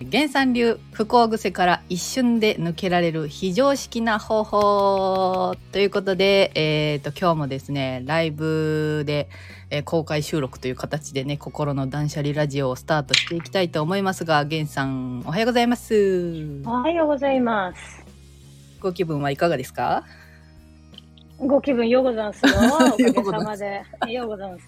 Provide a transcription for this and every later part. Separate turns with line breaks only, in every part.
源さん流不幸癖から一瞬で抜けられる非常識な方法ということで、えー、と今日もですねライブで、えー公開収録という形でね心の断捨離ラジオをスタートしていきたいと思いますが源さんおはようございます
おはようございます。
ご気分はいかがですか
ご気分ようござんすよ。おかげ
ようござ
さ
ん
まで。ようござんす。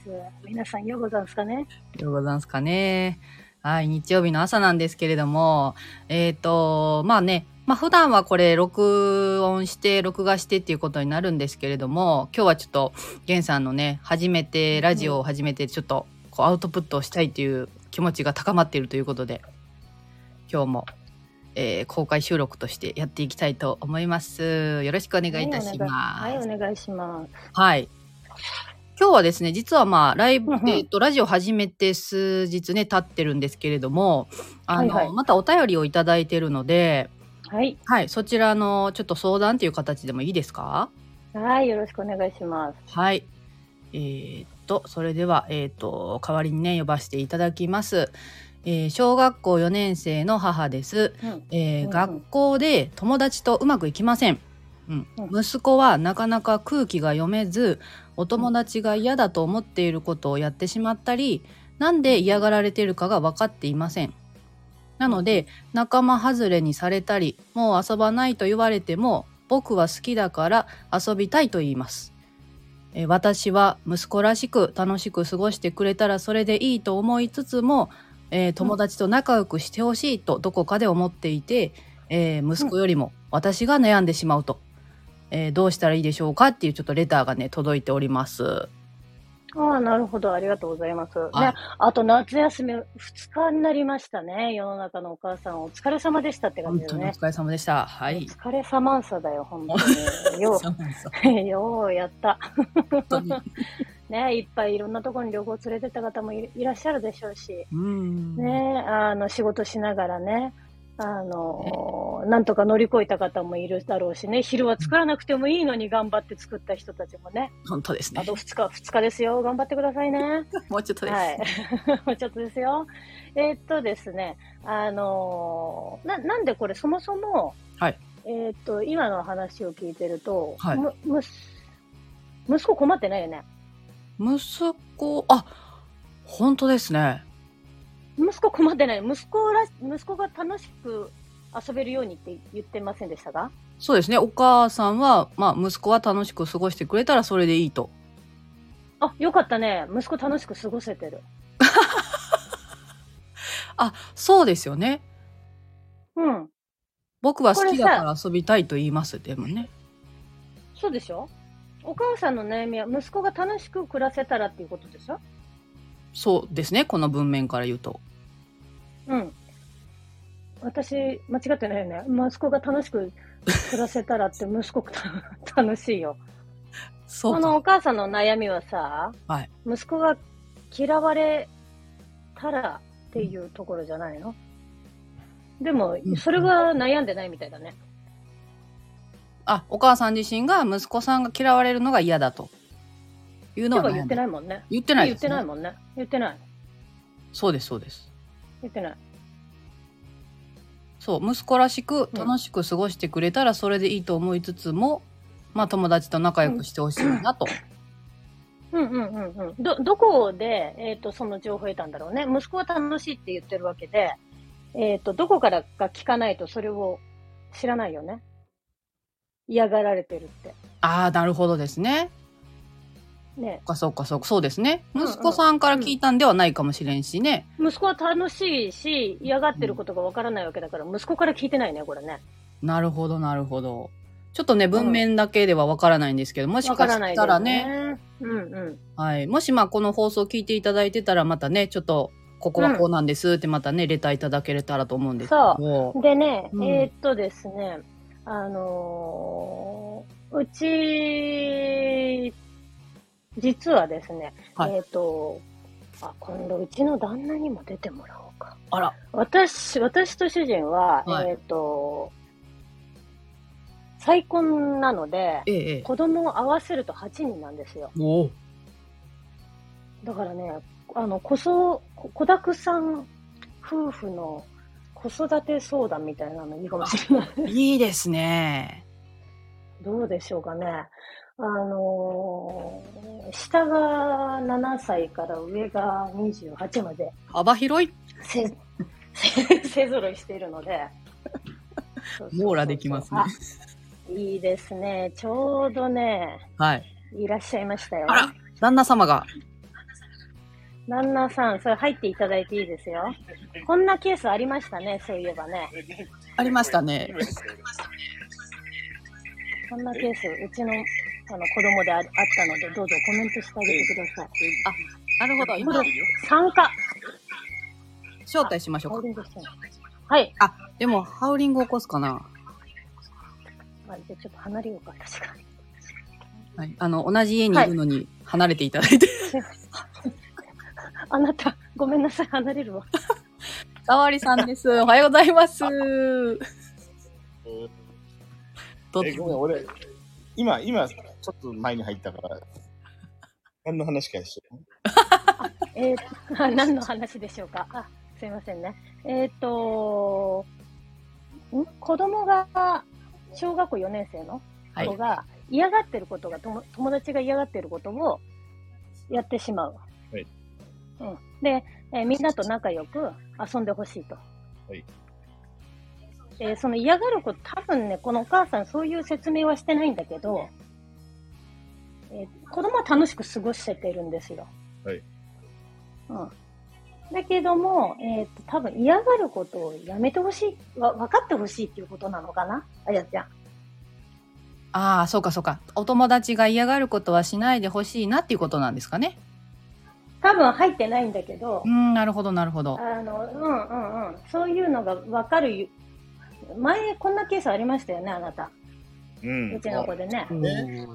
皆さんようござんすかね。
でございますかね。はい、日曜日の朝なんですけれども、えっ、と、まあね、まあ普段はこれ録音して、録画してっていうことになるんですけれども、今日はちょっと、ゲンさんのね、初めて、ラジオを始めて、ちょっと、こう、アウトプットをしたいという気持ちが高まっているということで、今日も、えー公開収録としてやっていきたいと思います。よろしくお願いいたします。
はい、お願いします。
はい。今日はですね、実はまあ、ライブ、
うんうん
えっと、ラジオ始めて数日ね、経ってるんですけれども、あの、
はいはい
またお便りをいただいてるので、
はい、
はい、そちらのちょっと相談という形でもいいですか
はい、よろしくお願いします。
はい。えーっと、それでは、えーっと、代わりにね、呼ばせていただきます。えー小学校4年生の母です。
うん、
えー
うんうん
学校で友達とうまくいきません、うん
う
息子はなかなか空気が読めずお友達が嫌だと思っていることをやってしまったりなんで嫌がられているかが分かっていませんなので仲間外れにされたりもう遊ばないと言われても僕は好きだから遊びたいと言いますえー私は息子らしく楽しく過ごしてくれたらそれでいいと思いつつも、えー友達と仲良くしてほしいとどこかで思っていて、えー息子よりも私が悩んでしまうと、えーどうしたらいいでしょうかっていうちょっとレターがね届いております。
ああ、なるほど、ありがとうございます。
はい
ね、あと夏休み2日になりましたね。世の中のお母さん、お疲れ様でしたって感
本
じだ
当にお
ね。
疲れ様でした。はい。
疲れ様さだよ、本当に。よ
そうなんですよ
う、 ようやった。
本当に。
ね、いっぱいいろんなところに旅行連れてった方もいいらっしゃるでしょうし。
うん。
ね、あの仕事しながらね、あのなんとか乗り越えた方もいるだろうしね、昼は作らなくてもいいのに頑張って作った人たちもね、
本当です
あ
ね。
と2日、2日ですよ、頑張ってくださいね。
もうちょっとです。
はい、 もうちょっとですよ。えーっとですね、あのな、なんでこれ、そもそも、
はい
えーっと、今の話を聞いてると、
はい
むむ息子困ってないよね。
息子、あ、本当ですね。
息子困ってない。息子ら、息子が楽しく遊べるようにって言ってませんでしたか
そうですね。お母さんは、まあ、息子は楽しく過ごしてくれたらそれでいいと。
あ、よかったね。息子楽しく過ごせてる。
そうですよね。
うん。
僕は好きだから遊びたいと言います。でもね。
そうでしょお母さんの悩みは息子が楽しく暮らせたらっていうことでしょ
そうですね。この文面から言うと。
うん。私、間違ってないよね。息子が楽しく暮らせたら って息子が楽しいよ。
そ
こ
う
の
か。
お母さんの悩みはさ、
はい
息子が嫌われたらっていうところじゃないのでも
うん、
それは悩んでないみたいだね。
あ、お母さん自身が息子さんが嫌われるのが嫌だと。いうの
と
は
か
悩
言っ
ん
て
で
な
る
いもんね。
言ってない
言
で
っ
す
て
ね、
ないもんね。言ってない。
そうです、そうです。
言ってない。
そう、息子らしく
うん
楽しく過ごしてくれたらそれでいいと思いつつも、まあ友達と仲良くしてほしいなと。
うんうんうんうん。ど、どこで、えっ、と、その情報を得たんだろうね。息子は楽しいって言ってるわけで、えっ、と、どこからか聞かないとそれを知らないよね。嫌がられてるって。
ああ、なるほどですね。
ね
そっかそうかそうかそうですね。
うんうん
息子さんから聞いたんではないかもしれんしね。
息子は楽しいし、嫌がってることがわからないわけだから、息子から聞いてないね、これね。
なるほど、なるほど。ちょっとね、文面だけではわからないんですけど、もし
わ
か
か
し
らない
たらね、
ね。うんうん。
はい。もしまあ、この放送聞いていただいてたら、またね、ちょっと、ここはこうなんですって、またね、レターいただけれたらと思うんですけど。
でね、
うん
えーっとですね、あのーうち、実はですね、
はい
えーっと、あ、今度うちの旦那にも出てもらおうか。
あら、
私、私と主人は、
はい
えーっと、再婚なので、
ええええ。
子供を合わせると8人なんですよ。
おお。
だからね、あの、子相、子子だくさん夫婦の子子育て相談みたいなのいいかもしれない。
いいですね。
どうでしょうかね。あのー下が7歳から上が28まで
幅広い。
せ せ勢ぞろいしているので。そうそうそうそう
網羅できますね。
あいいですね。ちょうどね、
はい。
いらっしゃいましたよ。
あら旦那様が。
旦那さん、それ入っていただいていいですよ。こんなケースありましたね、そういえばね。
ありましたね。
こんなケース、うちのあの子供でああったので、どうぞコメントしてあげてくださ
な
い。
るほど。今、
参加。
招待しましょ
ホー
うか。
ルディングしてないはい。
でも、ハウリング起こすかな。
まあ、じゃあちょっと離れようか、私が。
はい。あの、同じ家にいるのに離れていただ いて。
あなた、ごめんなさい、離れるわ。
さわりさんです。おはようございます。と
え、ごめん、俺、今、今、ちょっと前に入ったから、何の話か一緒
えー、あ何の話でしょうか。あ、すいませんね。えっ、とん子供が、小学校4年生の
はい
子が、嫌がってることが、とも友達が嫌がってることをやってしまう。
はい
うん、で、えーみんなと仲良く遊んでほしいと。
はい
えーその嫌がること、多分ね、このお母さん、そういう説明はしてないんだけど、えー子供は楽しく過ごしててるんですよ。
はい
うん、だけども、えーと多分嫌がることをやめてほしいわ、分かってほしいっていうことなのかな、あやちゃん。
ああ、そうかそうか。お友達が嫌がることはしないでほしいなっていうことなんですかね。
多分入ってないんだけど
う、ん、なるほど、なるほど。
あのうんうんうん、そういうのが分かるゆ、前、こんなケースありましたよね、あなた、
うん。
うちの子でね。
ね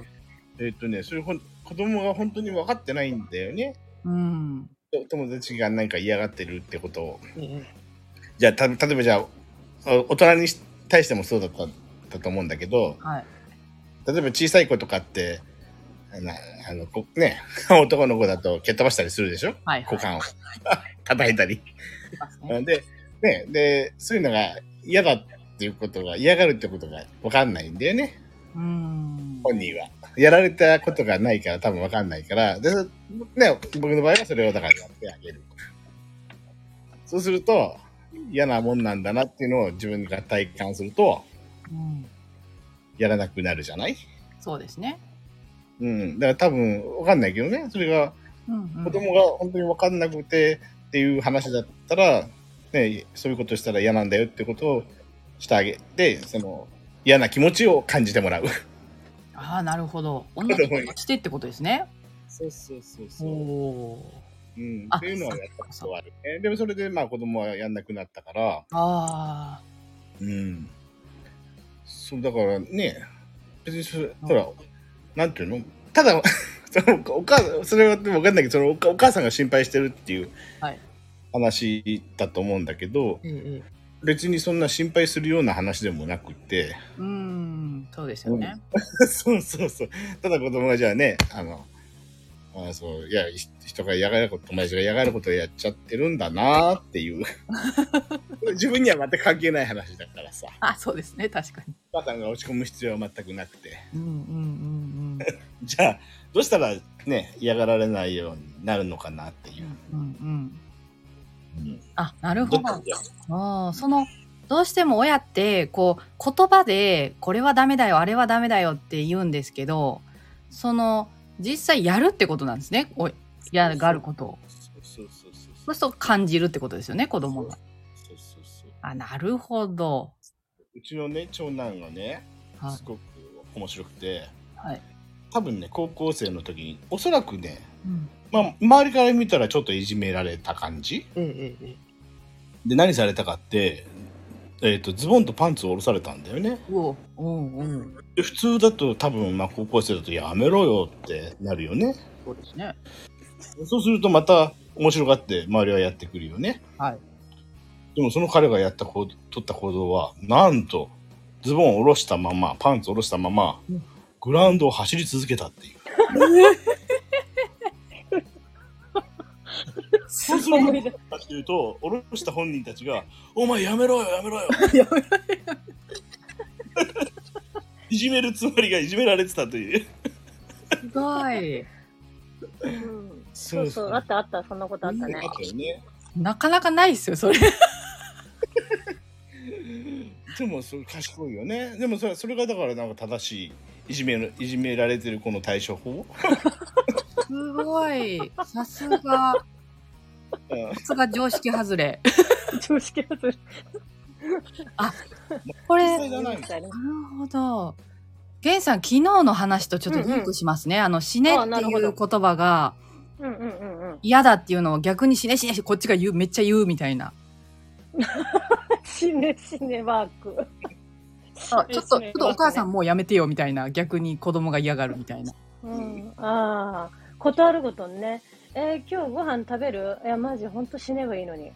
えっとね、それほん子供が本当に分かってないんだよね。
うん。
と友達がなんか嫌がってるってことを。じゃあ、た例えばじゃあ、お大人にし対してもそうだっただと思うんだけど、
はい。
例えば小さい子とかって、あの、あのこね、男の子だと蹴っ飛ばしたりするでしょ
はい、は
股
い。
間を 叩いたり。
ますね
で、ね、で、そういうのが嫌だっていうことが、嫌がるってことが分かんないんだよね、
うん。
本人は。やられたことがないから多分分かんないから、で、ね、僕の場合はそれをだからやってあげる。そうすると、嫌なもんなんだなっていうのを自分が体感すると、
うん
やらなくなるじゃない
そうですね。
うん。だから多分分かんないけどね、それが
うん、うん。
子供が本当に分かんなくてっていう話だったら、ね、そういうことしたら嫌なんだよってことをしてあげてその嫌な気持ちを感じてもらう。
ああ、なるほど。女の子としてってことですね。
そうそうそう
おお。
う。ん、
あ
っていうのはやったことはある、ね。でもそれでまあ子供はやんなくなったから、
あ
うん、そうだからね別にそれほら、なんていうのただ そのお母さんそれはでも分かんないけどそのお母お母さんが心配してるっていう
はい
話だと思うんだけど、
あ。ええ。
別にそんな心配するような話でもなくって、
うん。そうですよね。
そうそうそう。ただ子供がじゃあね、あの、あそう、いや、ひ人が嫌がること、友達が嫌がることをやっちゃってるんだなーって いう。自分には全く関係ない話だからさ、
あ、そうですね。確かに。
お母さんが落ち込む必要は全くなくて。
うん、うん、うん、
じゃあ、どうしたらね、嫌がられないようになるのかなっていう。
うん。うん、うん。
うん
あ、なるほ
どっ
ど
ち。だ
あーそのどうしても親ってこう言葉でこれはダメだよあれはダメだよって言うんですけどその実際やるってことなんですねお嫌がることを
そうそうそうそ
そう
う。
すると感じるってことですよね子供が
そうそうそう。
あなるほど
うちのね、長男がね、
はい
すごく面白くて、
はい、
多分ね高校生の時におそらくね、
うん、
まあ、周りから見たらちょっといじめられた感じ
ええええ
で何されたかって、えー、とズボンとパンツを下ろされたんだよね
おうおうおう
で普通だと多分、まあ、高校生だとやめろよってなるよね
そうですね
そうするとまた面白がって周りはやってくるよね
はい
でもその彼がやった行動取った行動はなんとズボンを下ろしたままパンツを下ろしたまま
うん
グラウンドを走り続けたっていうそうする
思
と
い出
たちというと、下ろした本人たちが、お前やめろよ、やめろよ。
やめろ
いじめるつもりがいじめられてたという。
すごい。
うんそうそう、あったあった、そんなことあったね
あ。ったよね。
なかなかないっすよ、それ。
でも、それ賢いよね。でもそれ、それがだから、なんか正しい。いじめの、いじめられてる子の対処法。
すごい。さすが、
うん
さすが常識外れ。
常識外れ。
これ、なる
実際じゃないの。
ほど。ゲンさん、昨日の話とちょっとリンクしますね。あの、死ね
あ
って
なる
い
ほ
う
ど
言葉が
うんうんうんうん。
嫌だっていうのを逆に死ね死ねこっちが言う、めっちゃ言うみたいな。
死ね死ねワーク。ち
あちょっと、ちょっとお母さんもうやめてよみたいな。逆に子供が嫌がるみたいな。
うん、ああ、ことあるごとにね。えー、今日ご飯食べるいや、マジ、ほんと死ねばいいのに。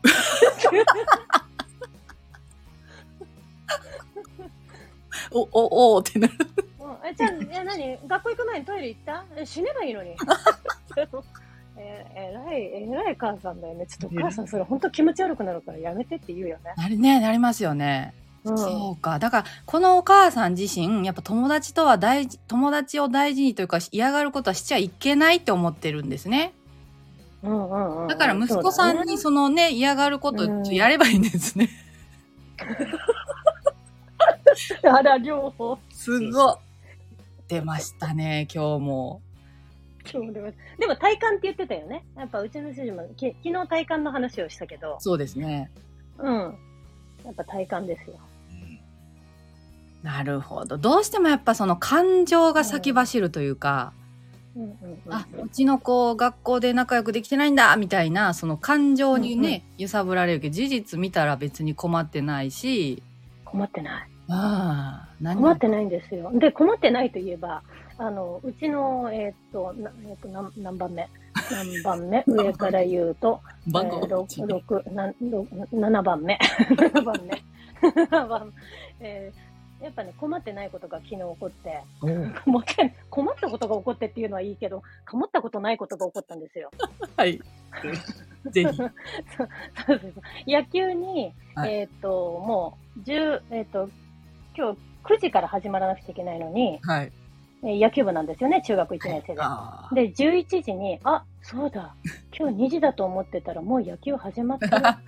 お、お、おーってなる。
うんえ、じゃあ、え、何学校行く前にトイレ行ったえ死ねばいいのに。 ええらい、えらい母さんだよね。ちょっとお母さん、それほんと気持ち悪くなるからやめてって言うよね。
なりね、なりますよね。
うん。
そうか。だから、このお母さん自身、やっぱ友達とは大事、友達を大事にというか、嫌がることはしちゃいけないって思ってるんですね。
うんうんうん、
だから息子さんにそのね、嫌がることをやればいいんですね。
そうだね。あ ら、両方。
すごい。出ましたね、今日も。
今日でもでも体感って言ってたよね。やっぱうちの主人もき昨日体感の話をしたけど、
そうですね。
うん。やっぱ体感ですよ。
なるほど。どうしてもやっぱその感情が先走るというか、
うんうんうん、
あ、うちの子学校で仲良くできてないんだみたいな、その感情にね、揺さぶられるけど、事実見たら別に困ってないし、
困ってない。
ああ、何
困ってないんですよ。で、困ってないといえば、あの、うちの、えーっと、なえーっと何何番目何番 目上から言うと、
番
えー
号
ろくろくなろくな7番目。7番目。7番えーやっぱね、困ってないことが昨日起こって、もう一回困ったことが起こってっていうのはいいけど、困ったことないことが起こったんですよ。
はい。ぜひ。
そうそうそう野球に、
はい
えーっと、もう、10、えーっと、今日9時から始まらなくちゃいけないのに、
はい。
えー野球部なんですよね、中学1年生で。
あー
で、11時に、あ、そうだ、今日2時だと思ってたら、もう野球始 まった。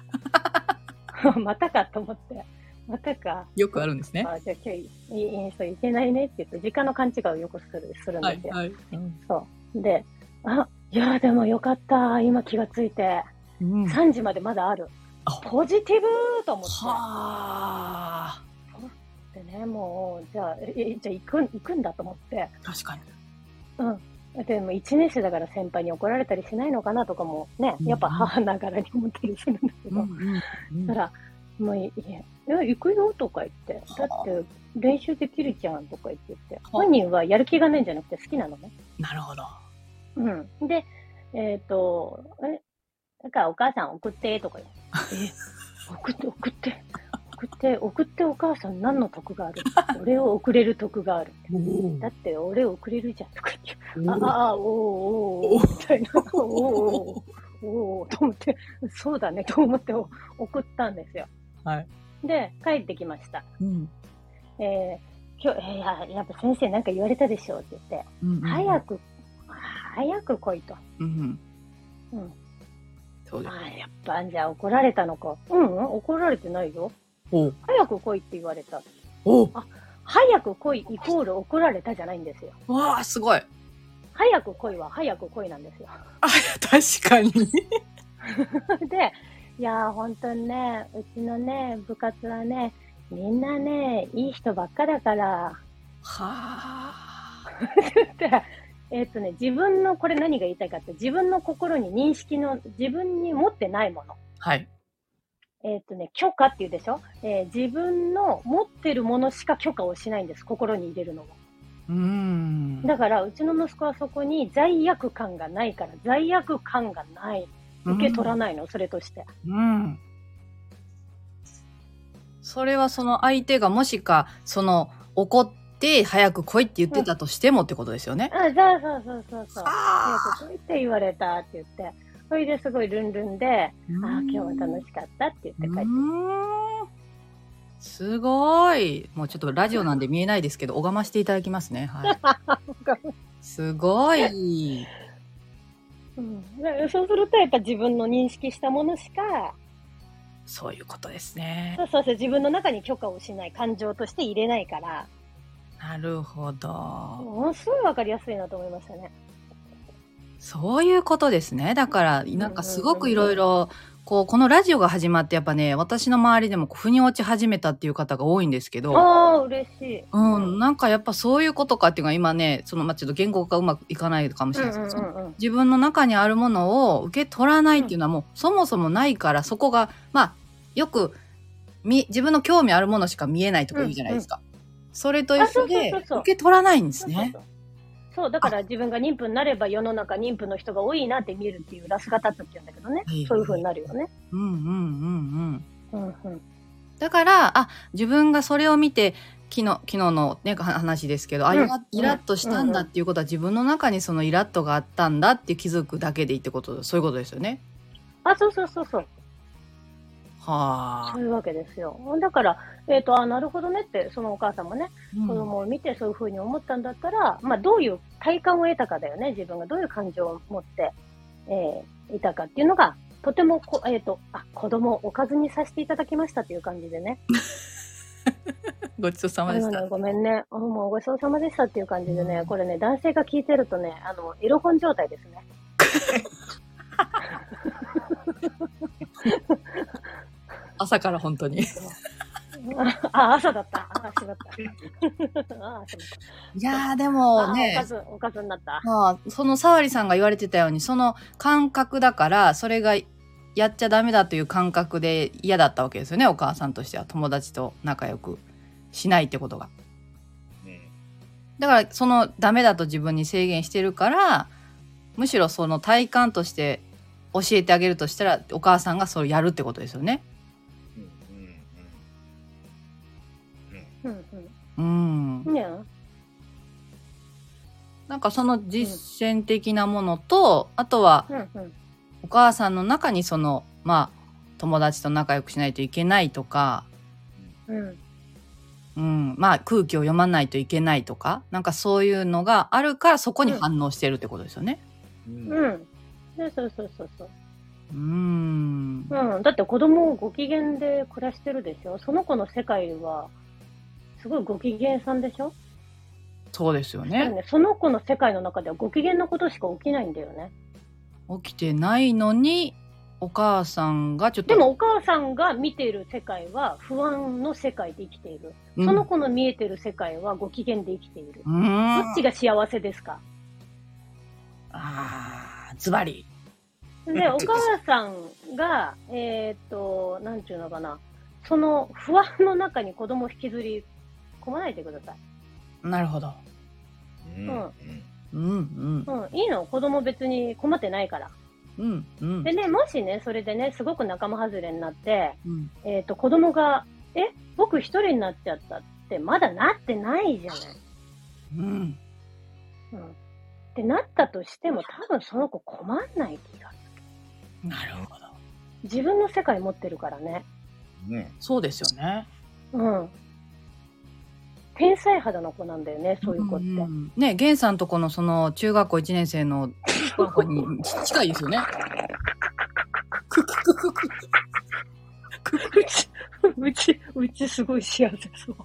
またかと思って、またか。
よくあるんですね。
あじゃあ今日いいインストいけないねって言って、時間の勘違いをよくするするん
は
で
い
すよ。
はい。
そう。で、あ、いや、でもよかった。今気がついて、
うんは
3時までまだある
あ。
ポジティブと思っ
あ。
て。でね、もう、じゃあ、ええじゃあ行くん行くんだと思って。
確かに。
でも1年生だから先輩に怒られたりしないのかなとかもね、
うん
やっぱ母ながらに思ったりするんだけど、
うん
そしたら、もういいや、いや行くよとか言って、だって練習できるじゃんとか言ってて、本人はやる気がないんじゃなくて好きなのね。
なるほど。
うん。で、えっ、と、え、だからお母さん送ってとか言う。え、送って送って、送って、送ってお母さん何の得がある俺を送れる得がある。だって俺を送れるじゃんとか言って。ああ、おーおーおーみたいな、おーおーおーおーと思って、 そうだねと思ってお送ったんですよ。
はい。
で、帰ってきました。
うん
えー、今日、えーいや、やっぱ先生なんか言われたでしょうって言って、
うん
早。く、早く来いと。
うんうん。
うん。
そう
あ
だ。
ーやっぱ、じゃあ怒られたのか。うん、うん、怒られてないよ。
おう
早く来いって言われた。
おう
早く来いイコール怒られたじゃないんですよ。
わあ、すごい。
早く来いは早く来いなんですよ。
あ、確かに。
で、いやー、本当にね、うちのね、部活はね、みんなね、いい人ばっかだから、
はあ。
ってえっとね、自分の、これ何が言いたいかって、自分の心に認識の、自分に持ってないもの。
はい。
えっとね、許可って言うでしょ、えー自分の持ってるものしか許可をしないんです、心に入れるのも。
うーん。
だから、うちの息子はそこに罪悪感がないから、罪悪感がない。受け取ら
ない。
ないの、それとして。
うん。それはその相手がもしか、その怒って早く来いって言ってたとしてもってことですよね。
あ、そうそうそうそうそう。
あ
早く来いって言われたって言って、それですごいルンルンで、ああー、今日は楽しかったって言って帰っ
う
て
ーんすごい。もうちょっとラジオなんで見えないですけど、拝ましていただきますね。 はい。すごい。
うん、だからそうするとやっぱ自分の認識したものしか
そういうことですね
そ。うそうそう自分の中に許可をしない感情として入れないから
なるほど。
ものすごいわかりやすいなと思いましたね。
そういうことですね。だから、なんかすごくいろいろ、こう、このラジオが始まって、やっぱね、私の周りでもこう腑に落ち始めたっていう方が多いんですけど、
ああ嬉しい。
うん、なんかやっぱそういうことかっていうのが今ね、その、まあ、ちょっと言語がうまくいかないかもし
う
れ
ん
な
う
いですけど、
んうんうん
自分の中にあるものを受け取らないっていうのはもうそもそもないからそこがまあよくみ自分の興味あるものしか見えないとか言うじゃないですか、それと一緒で
あそうそうそうそう
受け取らないんです
そうそう
ね
そうそうだから自分が妊婦になれば世の中妊婦の人が多いなって見えるっていうラスが立つって言うんだけどね、
はい
そういう風になるよね。
うんうんうんうん
うんうん
だからあ自分がそれを見て昨日昨日の、ね、は話ですけど、あ
うん
イライラッとしたんだっていうことは、自分の中にそのイラッとがあったんだって気づくだけでいいってことそういうことですよね。
あそうそうそうそう
はあ
そう。いうわけですよ。だから、えっとあなるほどねってそのお母さんもね
うん
子供を見てそういう風に思ったんだったら、まあ、どういう体感を得たかだよね、自分がどういう感情を持って、えーいたかっていうのが、とてもこ、えっ、と、あ、子供をおかずにさせていただきましたという感じでね。
ごちそうさまでし
あの
た
ね。ごめんね。あもうごちそうさまでしたっていう感じでね、これね、男性が聞いてるとね、あの、エロ本状態です ね。
朝から本当に。
あ、朝だった。あ、し まった。あ、し
いやーで
ま
も
った。あお
ね
か、ず、おかずになった。
まあ、その沙織さんが言われてたように、その感覚だから、それがやっちゃダメだという感覚で嫌だったわけですよね、お母さんとしては。友達と仲良くしないってことが。
うん
だから、そのダメだと自分に制限してるから、むしろその体感として教えてあげるとしたら、お母さんがそれをやるってことですよね。
うんうんう
う
ん
ん
うん
うん。。ねえ
なんかその実践的なものと、あとは、
うんうん。
お母さんの中にそのまあ友達と仲良くしないといけないとか、
うん。
うん、まあ空気を読まないといけないとかなんかそういうのがあるからそこに反応してるってことですよね。
うんうん
うん。ねそうそうそうそう。
うーん
うん、だって子供をご機嫌で暮らしてるでしょその子の世界は、すごいご機嫌さんでしょ
そうですよ
でも
ね。
ねその子の世界の中ではご機嫌なことしか起きないんだよね。
起きてないのにお母さんがちょっと
でもお母さんが見ている世界は不安の世界で生きている。
う
そ
ん
の子の見えてる世界はご機嫌で生きている。
うーん
どっちが幸せですか
あーズバリ
で、お母さんが、えーっと、なんていうのかな、その不安の中に子供を引きずり込まないでください。
なるほど。
うんうん
うんうん
うん、いいの子供別に困ってないから。
うんうん
でね、もしね、それでね、すごく仲間外れになって、
うん
えっ、と、子供が、え、僕一人になっちゃったって、まだなってないじゃない。
うん
うん。ってなったとしても、多分その子困んない気が。
なるほど。
自分の世界持ってるからね。
うん
そうですよね。
うん。天才肌の子なんだよね、そういう子って。
んね、源さんとこのその中学校1年生の子に近いですよね。くくくくく
うち、うち、うちすごい幸せそう。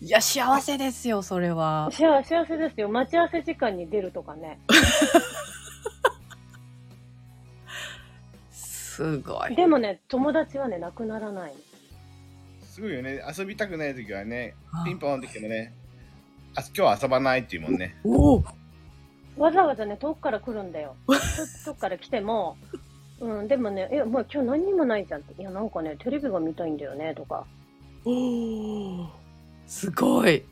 いや、幸せですよ、それは。
幸幸せですよ。待ち合わせ時間に出るとかね。
すごい。
でもね、友達はね、なくならない。
すごいよね遊びたくない時はね
あ
ピンポンって来てもねあ今日は遊ばないっていうもんね
おお
わざわざね、遠くから来るんだよ。遠くから来ても、うん、でもね、え、もう今日何にもないじゃんって。いや、なんかね、テレビが見たいんだよね、とか。
おーすごい。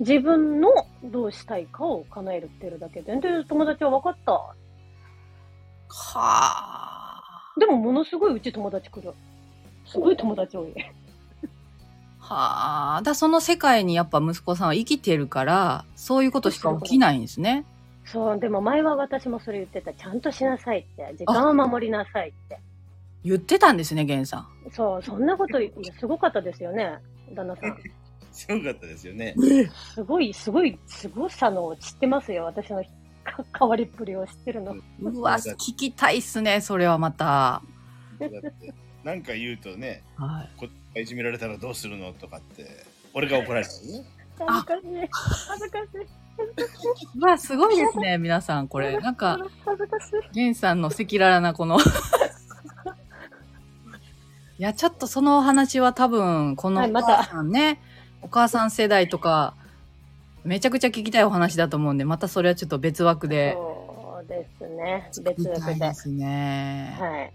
自分のどうしたいかを叶えるってるだけで。で、友達は分かった。
はあ。
でも、ものすごいうち友達来る。すごい友達多い。
はあ。だからその世界にやっぱ息子さんは生きてるから、そういうことしか起きないんですね。
そう、でも前は私もそれ言ってた。ちゃんとしなさいって。時間を守りなさいって。
言ってたんですね、源さん。
そう、そんなこと、すごかったですよね、旦那さん。
すごかったですよね。
すごい、すごい、すごさのを知ってますよ。私のか変わりっぷりを知ってるの。
うわ、
そうだ
聞きたいっすね、それはまた。
だってなんか言うとね、
はい。
こっちがいじめられたらどうするのとかって、俺が怒られたのね。
恥ずかしい。恥ずかしい。
うわ、すごいですね、皆さん、これ。なんか、
恥ずかしい。
源さんの赤裸々なこ の。いや、ちょっとそのお話は多分、この
はい
お
また
母さんね、お母さん世代とか、めちゃくちゃ聞きたいお話だと思うんで、またそれはちょっと別枠で。
そうですね。別
聞き
枠で
たいで。すね。
はい。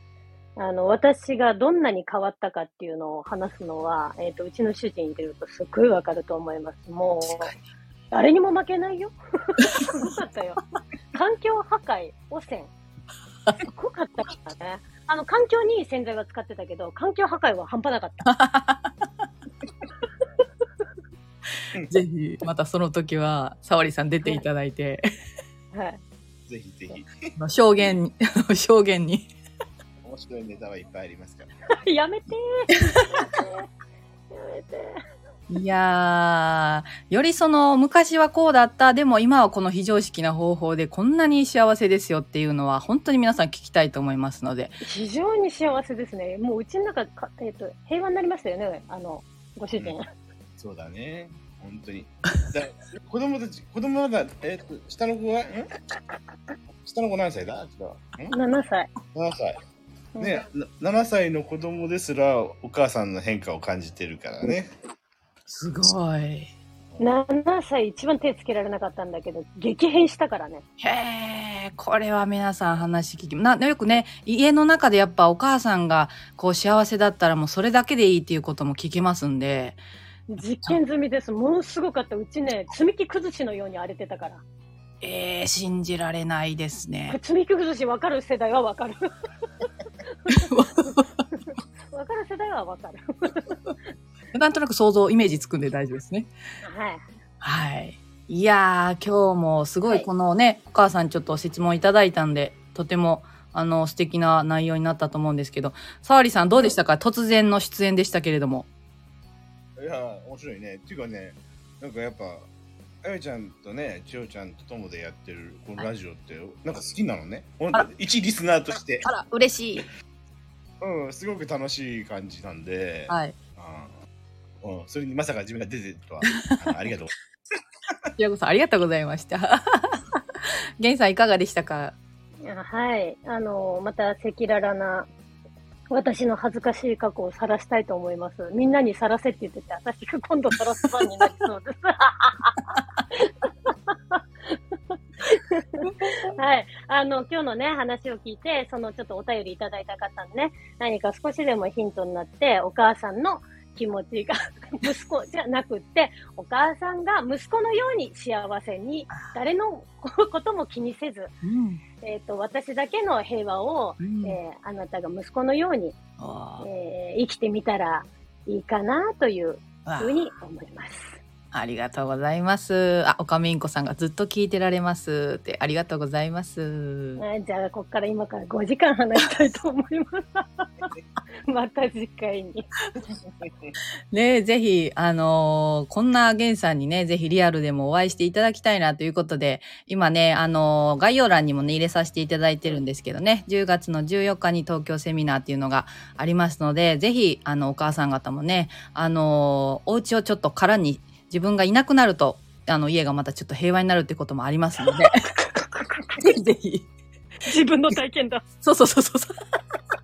あの、私がどんなに変わったかっていうのを話すのは、えっ、と、うちの主人というとすっごいわかると思います。もう、誰にも負けないよ。すごかったよ。環境破壊、汚染。すごかったからね。あの、環境にいい洗剤は使ってたけど、環境破壊は半端なかった。
ぜひ、またその時は、沙織さん出ていただいて、
はい。
ぜひぜひ。
あの証言に、 あの証言に。
面白いネタはいっぱいありますから。
やめてー。やめて
いやー、よりその、昔はこうだった、でも今はこの非常識な方法で、こんなに幸せですよっていうのは、本当に皆さん聞きたいと思いますので。
ー。非常に幸せですね。もううちの中か、えっ、と、平和になりましたよね。あの、ご主人。
そうだね。本当に。だ子供たち、子供はだ、えっと、下の子は、ん下の子何歳だちょっとん
7歳。
7歳。ね、な7歳の子供ですらお母さんの変化を感じてるからね。
すごい。へ
7歳一番手つけられなかったんだけど激変したからね
え、これは皆さん話聞き、な、よくね、家の中でやっぱお母さんが、こう幸せだったらもうそれだけでいいっていうことも聞きますんで、
実験済みですものすごかったうちね積み木崩しのように荒れてたから
えー、信じられないですね
これ。積み木崩し分かる世代は分か る分かる世代は分か る
なんとなく想像、イメージつくんで大丈夫ですね。
はい
はい。いやー、今日もすごいこのね、お母さんちょっと質問いただいたんで、とても、あの、素敵な内容になったと思うんですけど、沙織さんどうでしたか突然の出演でしたけれども。
いや、面白いね。っていうかね、なんかやっぱ、あやちゃんとね、千代ちゃんとともでやってるこのラジオって、なんか好きなのね。ほん
あら
一リスナーとして、
あら、嬉しい。
うん、すごく楽しい感じなんで、
はい。
うんうん、それにまさか自分が出てるとは、あのありがとう。
こちらこそありがとうございました。 源さんいかがでしたか
あはいあのまた赤裸々な私の恥ずかしい過去を晒したいと思いますみんなに晒せって言ってて私が今度晒す番になりそうですはい。あの、今日のね、話を聞いて、そのちょっとお便りいただいた方のね、何か少しでもヒントになって、お母さんの気持ちが、 息子じゃなくって、お母さんが息子のように幸せに、誰のことも気にせず、
うん。
えっと私だけの平和を、
うん
えーあなたが息子のように、
あ
えー生きてみたらいいかなという
ー
ふうに思います。
ありがとうございます。あ、おかみんこさんがずっと聞いてられますって、ありがとうございます。
はいじゃあ、ここから今から5時間話したいと思い ます。また次回に。
ねぜひ、あのーこんな源さんにね、ぜひリアルでもお会いしていただきたいなということで、今ね、あのー概要欄にもね、入れさせていただいてるんですけどね、10月の14日に東京セミナーっていうのがありますので、ぜひ、あの、お母さん方もね、あのーお家をちょっと空に、自分がいなくなると、あの、家がまたちょっと平和になるってこともありますので、ぜひぜひ。
自分の体験だ。
そうそうそうそう そう。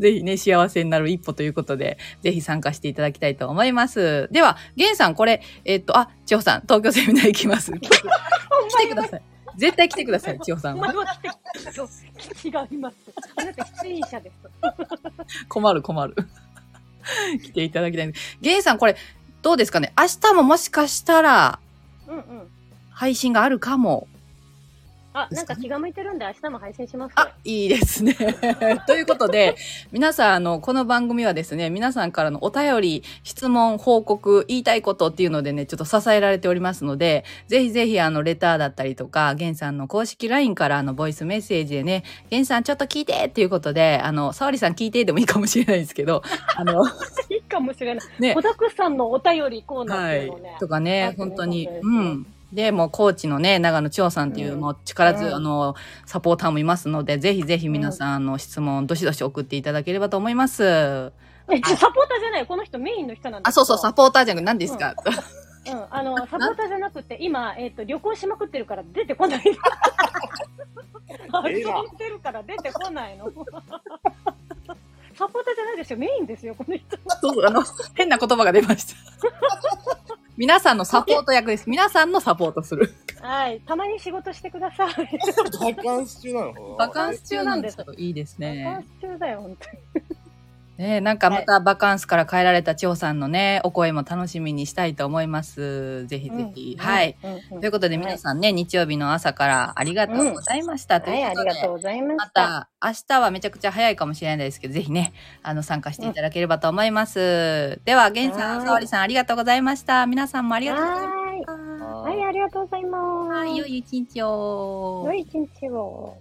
ぜひね、幸せになる一歩ということで、ぜひ参加していただきたいと思います。では、ゲンさん、これ、えっと、あ、千穂さん、東京セミナー行きます。来て来てください。絶対来てください、千穂さ
お
んは。
前は来て、そう違います。あなた出演者です。
困る、困る。 来ていただきたいんです。ゲンさん、これ、どうですかね明日ももしかしたら、
うんうん。
配信があるかも。
あ、
で
な
す
ん
か
か
ね
気が向いてるんで明日も配信します
あ、いいですね。ということで、皆さん、あの、この番組はですね、皆さんからのお便り、質問、報告、言いたいことっていうのでね、ちょっと支えられておりますので、ぜひぜひ、あの、レターだったりとか、ゲンさんの公式 LINE から、あの、ボイスメッセージでね、ゲンさんちょっと聞いてっていうことで、あの、沙織さん聞いてでもいいかもしれないですけど、あの、
いいかもしれない。
ね
小沢さんのお便りコーナーっ
は
ていう
い
のをね。。
とかね、本当に。うん。で、もう、高知のね、長野千代さんっていう、
うん
もう、力強い、
うん
あの、サポーターもいますので、ぜひぜひ皆さん、あの、質問、どしどし送っていただければと思います。
え、ちょサポーターじゃない。この人メインの人なんだ
あ、そうそう、サ
サ
ポーターじゃなくて、何ですか、
うん、あの、サポーターじゃなくて、今、えっ、と、旅行しまくってるから出てこない。 遊
映画
んでるから出てこないの。 サポーターじゃないですよ。メインですよ、この人。
そうそうあの、変な言葉が出ま した。皆さんのサポート役 です。皆さんのサポートする。
はい。たまに仕事してください。
バカンス中なの
バカンス中なんですけど、いいです
バカ
ね
ン。ス中だよ、本当に。
ねなんかまたバカンスから帰られた千代さんのね、お声も楽しみにしたいと思います。ぜひぜひ。はい。
うん。うん
ということで
はい
皆さんね、日曜日の朝からありがとうございました。と
はいい、
う
あ
こと
り
で、
がとうございま
ま
した。
た明日はめちゃくちゃ早いかもしれないですけど、ぜひね、あの参加していただければと思います。では、源さ
は
ん、
い
沙織さんありがとうございました。皆さんもありがとうございま
はーい。
した。
はい、ありがとうございます。
はい、良い一日を。
良い一日を。